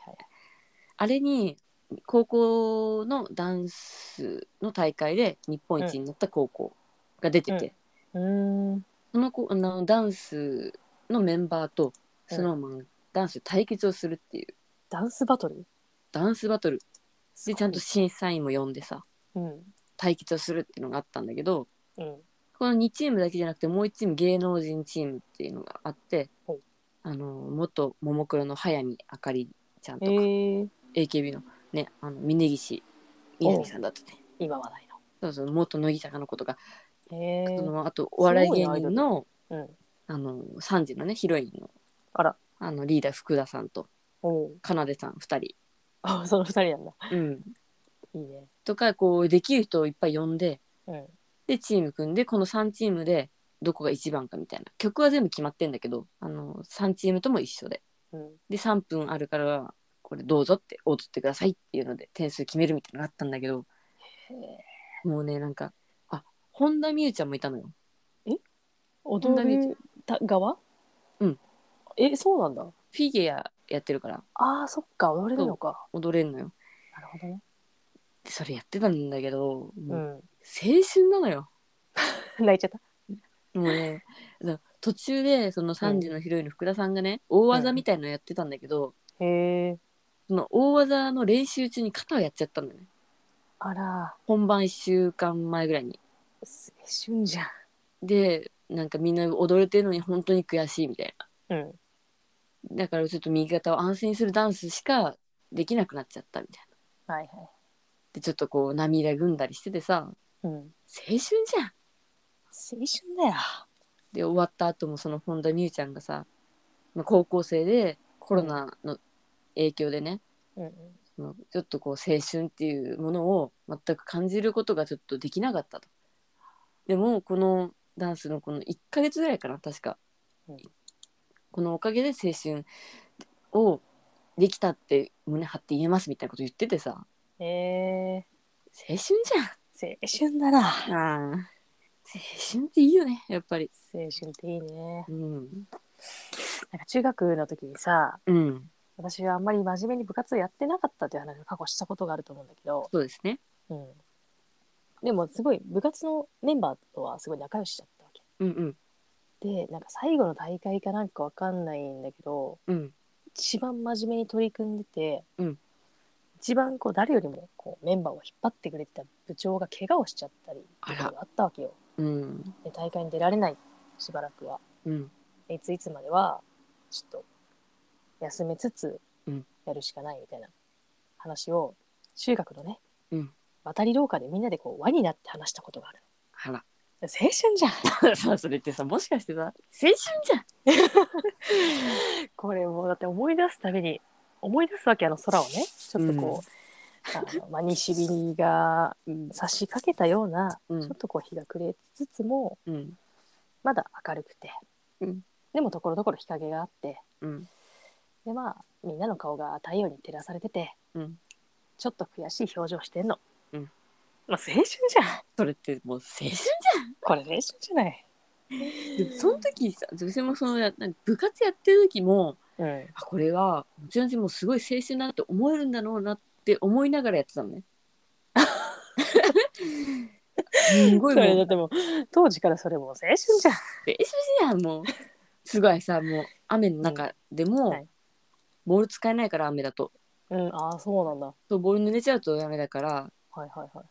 あれに高校のダンスの大会で日本一になった高校が出てて、
うーん
その子あのダンスのメンバーとスノーマン、ダンスで対決をするっていう
ダンスバトル
ダンスバトル
すご
で
い
ちゃんと審査員も呼んでさ
うん
対決をするっていうのがあったんだけど
うん
この2チームだけじゃなくてもう1チーム芸能人チームっていうのがあって、
ほう
あの元ももクロの早見あかりちゃんと
え
か、
ー、
AKB のねあの峯岸みなみさんだったね。
今話題
そうそう元乃木坂の子とか、
のえ
そ
ー、
のあとお笑い芸人の
うん
あの3時のねヒロインの
あら
あのリーダー福田さんと
おお
かなでさん2
あ (laughs) その二人なんだ
人、うん、
いいね
とかこうできる人をいっぱい呼んで
うん
でチーム組んでこの3チームでどこが一番かみたいな曲は全部決まってんだけどあの3チームとも一緒で
うん
で3分あるからこれどうぞって踊ってくださいっていうので点数決めるみたいなのがあったんだけどもうねなんかあ本田望結ちゃんもいたのよ
踊るた側
うん。
え、そうなんだ。
フィギュアやってるから
ああ、そっか、踊れるのか。
踊れんのよ
なるほどね。
でそれやってたんだけども
う
う
ん。
青春なのよ
(laughs) 泣いちゃった。
もうね (laughs) そう途中でその3時のヒロインの福田さんがね大技みたいのやってたんだけど、
へえ。
その大技の練習中に肩をやっちゃったんだよね
あら、
本番1週間前ぐらいに
青春じゃん。
でなんかみんな踊れてるのに本当に悔しいみたい
うん。
なだからちょっと右肩を安心するダンスしかできなくなっちゃったみたいな
はいはい。
でちょっとこう涙ぐんだりしててさ
うん。青
青春じゃん
春だよ。
で終わった後もその本田望結ちゃんがさまあ高校生でコロナの影響でね、
うんうん。
そのちょっとこう青春っていうものを全く感じることがちょっとできなかったと。でもこのダンスのこの1ヶ月ぐらいかな確か、
うん
このおかげで青春をできたって胸張って言えますみたいなこと言っててさ
え
青春
ー、青春だな。
じゃんあー青春っていいよねやっぱり。
青春っていいね。
うん、
なんか中学の時にさ、
うん、
私はあんまり真面目に部活やってなかったっていう話を過去したことがあると思うんだけど、
そうですね。
うん。でもすごい部活のメンバーとはすごい仲良しだったわけ。
うんうん
で、なんか最後の大会かなんかわかんないんだけど、
うん
一番真面目に取り組んでて、
うん
一番こう誰よりもこうメンバーを引っ張ってくれてた部長が怪我をしちゃったり
あら
とかがあったわけよ
うん
で大会に出られないしばらくは
うん
でいついつまではちょっと休めつつ
うん
やるしかないみたいな話を中学のね、
うん
渡り廊下でみんなでこう輪になって話したことがある
あら (laughs)
青春じゃん
さあそれってさもしかしてさ青春じゃん
これもうだって思い出すために思い出すわけあの空をねちょっとこう、あのまあ、西日が
うん
差し掛けたような、
うん
ちょっとこう日が暮れつつも
うん
まだ明るくて、
うん
でもところどころ日陰があって
うん
でまあみんなの顔が太陽に照らされてて
うん、
ちょっと悔しい表情してんの、
うん
まあ、青春じゃん
それってもう青春
これ青春じゃない、
じゃんその時さ私もそのやなんか部活やってる時も
うん、
あこれはもちろんもうすごい青春だなって思えるんだろうなって思いながらやってたのね。すごい
そ
もう
れだ
青
ってもう当時からそれもう青春じゃん
春やんもうすごいさもう雨の中でも、
はい
ボール使えないから雨だと
うんああそうなんだ
そうボール濡れちゃうとダメだから
はいはいは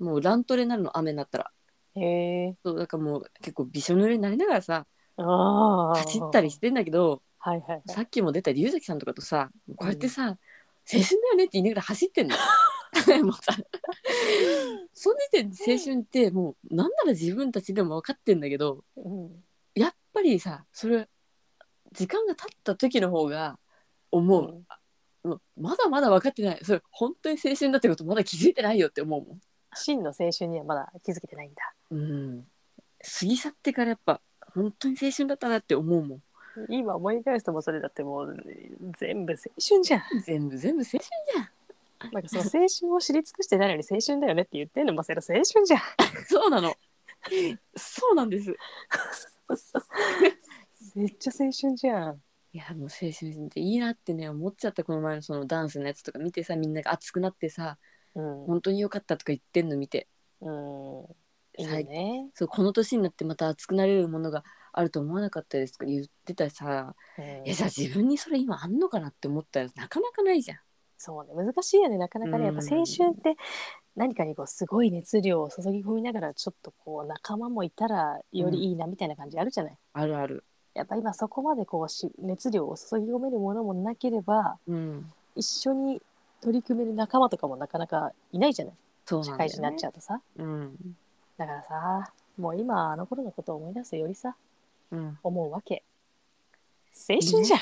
もうラントレになるの雨になったら
いへえ
そうだからもう結構びしょ濡れになりながらさ
ああ
走ったりしてんだけど
はいはいはい
さっきも出た龍崎さんとかとさこうやってさ、青春だよねって言いながら走ってんの (laughs) もうさその時点で青春ってもうなんなら自分たちでも分かってんだけど
うん
やっぱりさそれ時間が経った時の方が思う、もうまだまだ分かってないそれ本当に青春だってことまだ気づいてないよって思う
真の青春にはまだ気づけてないんだ
もん、うん、過ぎ去ってからやっぱ本当に青春だったなって思うもん
今思い返すともうそれだってもう全部青春じゃん
全部全部青春じゃん
なんかその青春を知り尽くしてないのに青春だよねって言ってんのもそれ青春
(laughs)
じゃん。
そうなのそうなんです
めっちゃ青春じゃん。
いやもう青春っていいなってね思っちゃったこの前のそのダンスのやつとか見てさみんなが熱くなってさ
うん。
本当に良かったとか言ってんの見て
うん。いい
最
ね。
そうこの年になってまた熱くなれるものがあると思わなかったですとか言ってたさ
うん
いやじゃあ自分にそれ今あんのかなって思ったらなかなかないじゃん
そうね。難しいよね。なかなかね。やっぱ青春って何かにこうすごい熱量を注ぎ込みながらちょっとこう仲間もいたらよりいいなみたいな感じあるじゃない。
あるある
やっぱ今そこまでこうし熱量を注ぎ込めるものもなければ
うん
一緒に取り組める仲間とかもなかなかいないじゃない。
そう
社
なんだ
会
よ、ね、
人になっち
ゃ
ゃうとさ。
ううん
だからさ、もう今あの頃のことを思い出すとよりさ、
うん
思うわけ。青春じゃん。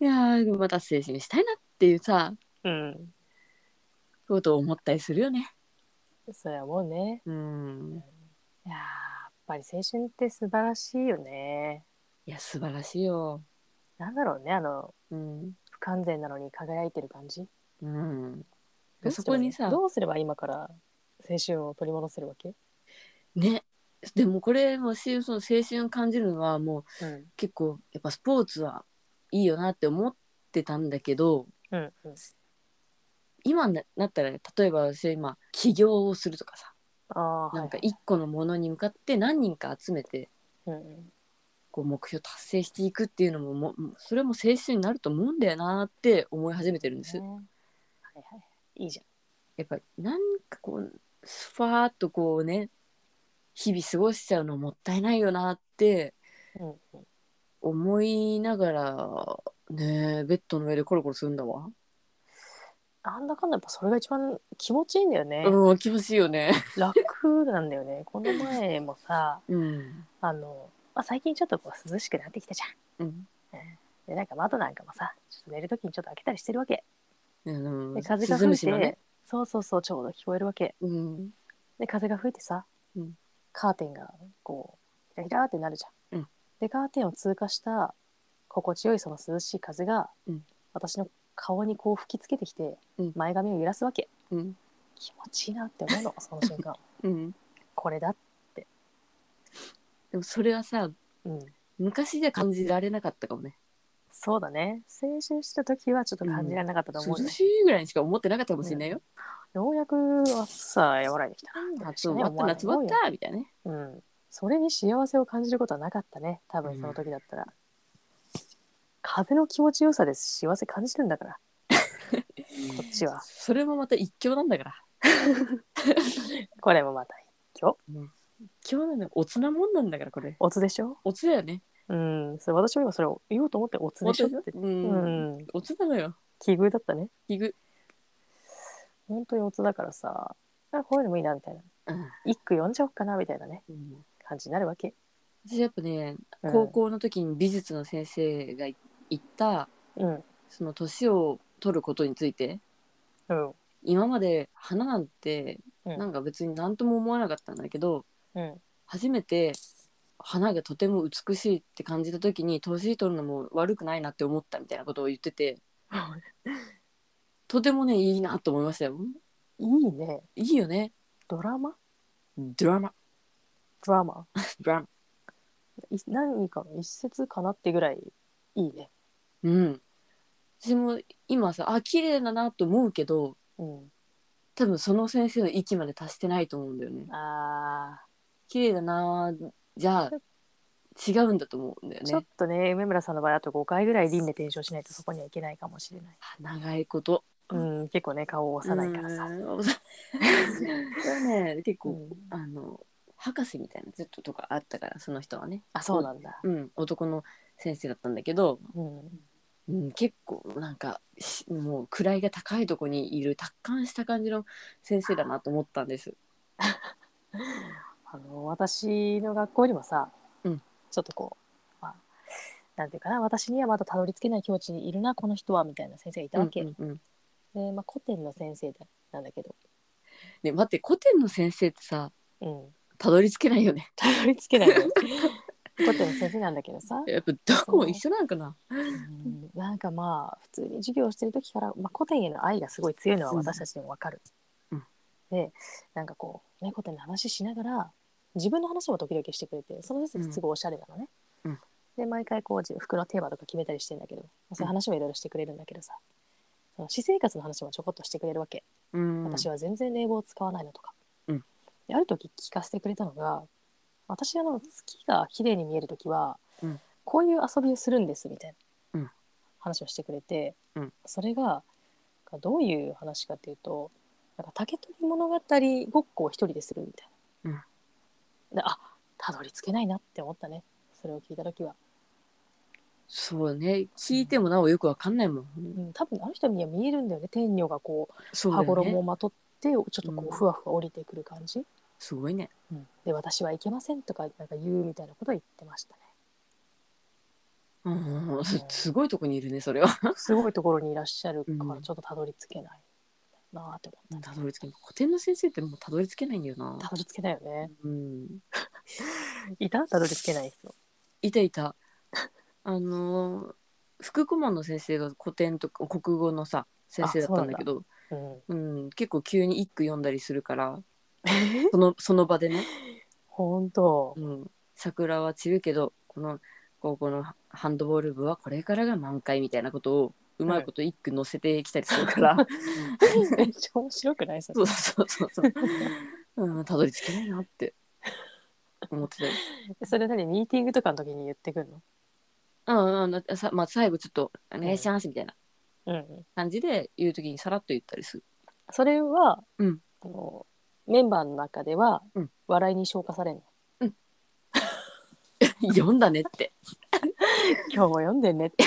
いやーでもまた青春したいなっていうさ
うん。
ことを思ったりするよね
それはもうね。
うん
いやーやっぱり青春って素晴らしいよね。
いや素晴らしいよ
なんだろうねあの
うん
不完全なのに輝いてる感じ
うん、
どうす
そ
れば
こにさ
どうすれば今から青春を取り戻せるわけ、
ねでもこれもしその青春感じるのはもう
うん
結構やっぱスポーツはいいよなって思ってたんだけど
うんうん、
今になったら、ね、例えばそういう今起業をするとかさ
ああ
なんか一個のものに向かって何人か集めて
はいはいうん
こう目標達成していくっていうのももうそれも青春になると思うんだよなって思い始めてるんです。
うんねはいはいいいじ
やっぱなんかこうスファーっとこうね日々過ごしちゃうのもったいないよなって
ゃん、うんうん、
思いながらねベッドの上でコロコロするんだわ、
なんだかんだやっぱそれが一番気持ちいいんだよね、
うん気持ちいいよね
楽なんだよねこの前もさ (laughs)
うん
あの、まあ、最近ちょっとこう涼しくなってきたじ
うん
ゃんでなんか窓なんかもさちょっと寝る時にちょっと開けたりしてるわけ
あの
で風が吹いて、、そうそうそうちょうど聞こえるわけ
うん
で風が吹いてさ、
うん
カーテンがこうひらひらってなるじゃん、
うん
でカーテンを通過した心地よいその涼しい風が、
うん
私の顔にこう吹きつけてきて、
うん
前髪を揺らすわけ
うん
気持ちいいなって (laughs) 思うのその瞬間
うん、
これだ
でもそれはさ
うん
昔じゃ感じられなかったかもね
そうだね青春した時はちょっと感じられなかったと思う、ね
涼しいぐらいにしか思ってなかったかもしれないよ、
ようやく暑さ和らいできたな
夏終わった夏終わっ
思
たみたいなね
うようん、それに幸せを感じることはなかったね多分その時だったら、風の気持ちよさで幸せ感じるんだ (laughs) からこっちは
それもまた一興なんだから
これもまた今日
一興なんだおつなもんなんだからこれ
おつでしょ
おつだよね
うんそれ私も今それを言おうと思っておつでしょって
う、
うんん、
おつなのよ
奇遇だったね
器具
本当におつだからさあこういうのもいいなみたいな一句読んじゃおうかなみたいなね
うん
感じになるわけ、
私やっぱね
うん
高校の時に美術の先生が言った
うん
その年を取ることについて
うん
今まで花なんて
うん
なんか別に何とも思わなかったんだけど、
うん
初めて花がとても美しいって感じた時に年取るのも悪くないなって思ったみたいなことを言っててとてもねいいなと思いましたよ
いいね
いいよね
ドラマ
ドラマ
ドラマ
ドラマ
い何かの一節かなってぐらいいいね。
うん私も今さあ綺麗だなと思うけど
うん、
多分その先生の域まで達してないと思うんだよね
あ
綺麗だなじゃあ違うんだと思うんだよ
ーちょっ
ね
とね梅村さんの場合あと5回ぐらい輪廻転生しないとそこにはいけないかもしれない。
あ長いこと
うん、結構ね顔を押さないからさ。
うん幼いそれはね結
う
構
ん、
あの博士みたいなずっととかあったからその人はね、
あそうなんだ。
うん、男の先生だったんだけど、
うん、
うん、結構なんかしもう位が高いとこにいる達観した感じの先生だなと思ったんです。
あの私の学校にもさ、
うん
ちょっとこう、まあ、なんていうかな私にはまだたどり着けない境地にいるなこの人はみたいな先生がいたわけ。
うんうんうん
で、まあ、古典の先生だなんだけど、
ね待って古典の先生ってさ
うん、
たどり着けないよね。
たどり着けないの古典の先生なんだけどさ。
(laughs) やっぱどこも一緒なんかな。
うんなんかまあ普通に授業をしてる時から、まあ、古典への愛がすごい強いのは私たちにも分かる。
うん
でなんかこう、ね、古典の話しながら自分の話も時々してくれてその先生すごいおしゃれなのね。
うんうん
で毎回こう自服のテーマとか決めたりしてんだけど、まあそういう話もいろいろしてくれるんだけどさその私生活の話もちょこっとしてくれるわけ。
うん、
私は全然冷房を使わないのとか、
うん
である時聞かせてくれたのが私あの月が綺麗に見える時は、
うん
こういう遊びをするんですみたいな
うん
話をしてくれて、
うん
それがどういう話かっていうとなんか竹取物語ごっこを一人でするみたいな。であたどり着けないなって思ったねそれを聞いた時は、
そうね聞いてもなおよくわかんないもん。
うん、多分あの人には見えるんだよね天女がこう
そうだ
羽
よ
衣を
ね。
まとってちょっとこ
うん
うふわふわ降りてくる感じ。
すごいね。
で私はいけませんとかなんか言うみたいなことを言ってました
うんうん、すすごいとこにいるねそれは。
ねすごいところにいらっしゃるか
う
ら
ん
ちょっとたどり着けないなあって思った
どり着けない古典の先生ってもうたどり着けないんだよな
たたどり着けないよね
うん
いたたどり着けない人
(laughs) いたいたあのー副顧問の先生が古典とか国語のさ先生だったんだけど
うん、
うん、結構急に一句読んだりするからそのその場でね、
本 (laughs) 当
うん「桜は散るけどこの高校のハンドボール部はこれからが満開」みたいなことをうまいこと一句載せてきたりする (laughs) から、
めっちゃ面白くないそれ
そうそうそうそううんたどり着けないなって思ってたよ
それ何ミーティングとかの時に言ってくんの
うんうんださまあ、最後ちょっと「お願いします」みたいな
うんうん
感じで言う時にさらっと言ったりす (laughs) る。
それは、
うん
あのメンバーの中では、
うん
笑いに消化されんの
読んだねって
今日も読んでんねって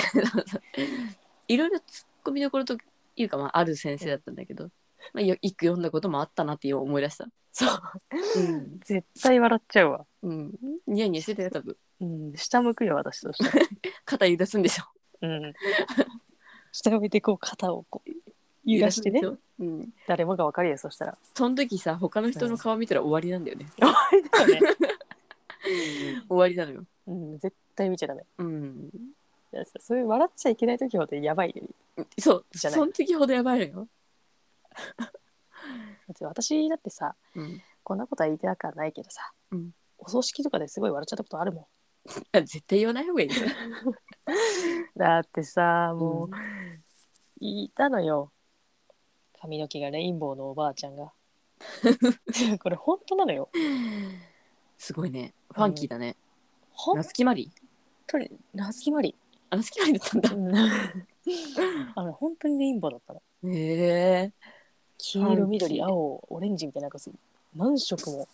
いろいろツッコミどころというか、まあ、ある先生だったんだけど、まあ、よ一句読んだこともあったなって今思い出した、
そう
うん
絶対笑っちゃうわ
うん、ニヤニヤしてたよ多分
うん下向くよ私として
肩揺らすんでしょ
うん (laughs) 下向いてこう肩をこう揺らしてね
揺らすんでしょうん、
誰もがわかるよそしたら
その時さ他の人の顔見たら終わりなんだよね、
終わりだよね、
終わりなのよ
うん、絶対見ちゃダメ
うん
いやそういう笑っちゃいけない時ほどやばい
そう
じゃない
その時ほどやばいのよ、
だって私だってさ
うん、
こんなことは言いたくはないけどさ、
うん
お葬式とかですごい笑っちゃったことあるも
あ絶対言わない方がいいですよ
んだってさも
も
う
う、
言いたのよ髪の毛がレインボーのおばあちゃん (laughs) がこれ本当なのよ
すごいねファンキーだね、
本
夏木マリ
当にナズキマリ
あ夏木マリだったんだ
(laughs) あの本当にレインボーだったの
へえ
黄色緑
はい
青オレンジみたいななんか何色も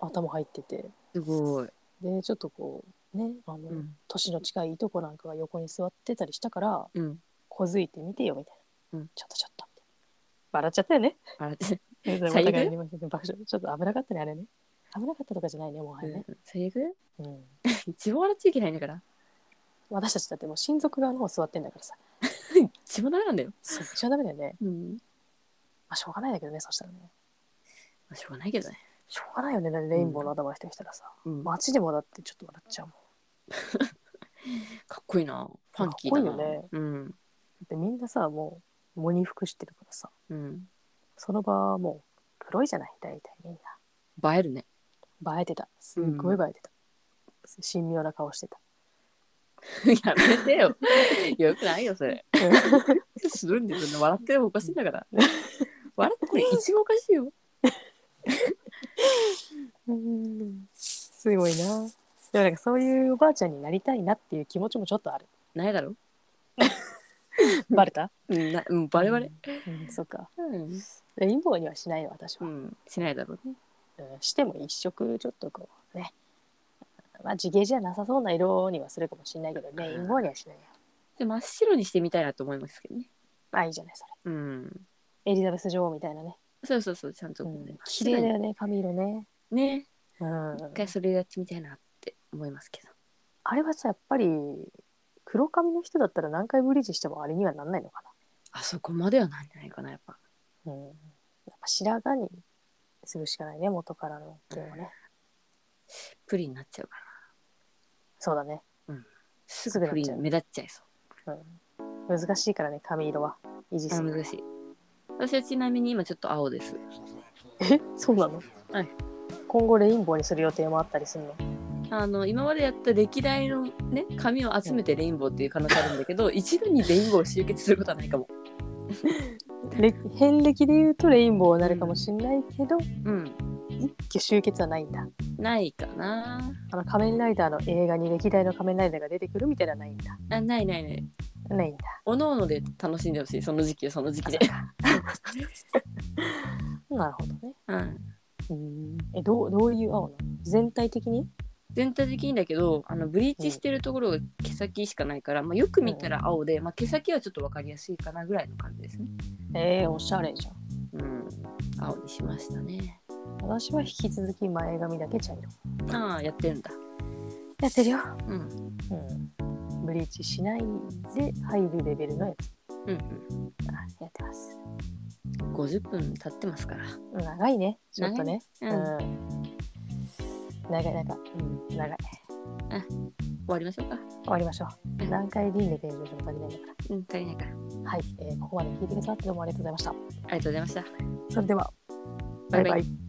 頭入ってて
すごい、
でちょっとこうねあの、
うん
年の近いいとこなんかが横に座ってたりしたから
うん、
小づいてみてよみたいな、
うん
ちょっとちょっとみたいな笑っちゃったよね
笑って
お
悪
互いに爆笑ちょっと危なかったねあれね危なかったとかじゃないねもはやね、
最悪
うん
一番笑っちゃいけないんだから。
私たちだってもう親族側の方座ってんだからさ
一番ダメなんだよ。
そっちはダメだよね、
うん。
まあ、しょうがないんだけどねそしたらね
まあ、しょうがないけどね。
しょうがないよねレインボーの頭の人にしたらさ、
うんか
街でもだってちょっと笑っちゃうもん
っこいいな。ファンキーだな。
かっこいいよね
うん。
だってみんなさもう喪に服してるからさ
うん。
その場はもう黒いじゃない大体みんな
映えるね。
映えてたすっごい映えてた、神妙な顔してた
(laughs) やめて (laughs) よ。よくないよ、それ。するんでそんな笑ってるのおかしいんだ (laughs) から。笑ってこれ一番おかしいよ。
うんすごいなでもなんかそういうおばあちゃんになりたいなっていう気持ちもちょっとある
ないだろ。
バレた
うん、なうん、バレバレ。
うん、うん、そっか
うん。
レインボーにはしないの私
う
は、
ん。しないだろう
う
ね。
んしても一色ちょっとこうねまあ地毛じゃなさそうな色にはするかもしれないけどレインボーにはしないよ
で、真っ白にしてみたいなと思いますけどね。
あいいじゃないそれ
うん。
エリザベス女王みたいなね
そうそうそう、ちゃんと
う
こうね。
ん綺麗だよね髪色ね、
ね。
うん、
一回それやってみたいなって思いますけど。
あれはさやっぱり黒髪の人だったら何回ブリーチしてもあれにはなんないのか
あそこまではないんじゃないかな、やっぱ。
な、うん、やっぱ白髪にするしかないね元からの系はね、
プリンになっちゃうから
そうだね
す
ぐ
ぐ
なっ
プ
ちゃう
リン目立っちゃいそ
難しいからね髪色は維持
う
す
あ
る
難しい私はちなみに今ちょっと青です
えそうなの
はい
今後レインボーにする予定もあったりするの
あの今までやった歴代のね髪を集めてレインボーっていう可能性あるんだけど (laughs) 一度にレインボーを集結することはないかも
れ遍歴で言うとレインボーになるかもしんないけど、
うん
一挙集結はないんだ
ないかな
あの仮面ライダーの映画に歴代の仮面ライダーが出てくるみたいなのはないんだ
あないないない
ないんだ
おのおので楽しんでほしいその時期はその時期で、
なるほどね
(laughs) うん、
えどうどういう青なの全体的に
全体的にだけどあのブリーチしてるところが毛先しかないから、まあ、よく見たら青で、まあ、毛先はちょっと分かりやすいかなぐらいの感じですね
えー、おしゃれじゃん
うん青にしましたね
私は引き続き前髪だけ茶色
ああやってるんだ
やってるよ、
うん
うん、ブリーチしないで入るレベルのやつ
うん
あやってます
うん、50分経ってますから。
長いねちょっとね
長いね
うん長い長い、うん、長い
終わりましょうか。
終わりましょう。何回輪廻転生上足りないんだか
うん、足りないから。あ
ら。はい、えーここまで聞いてくださってどうもありがとうございました。
りがとうございました。
それでは、
バイバイ
イ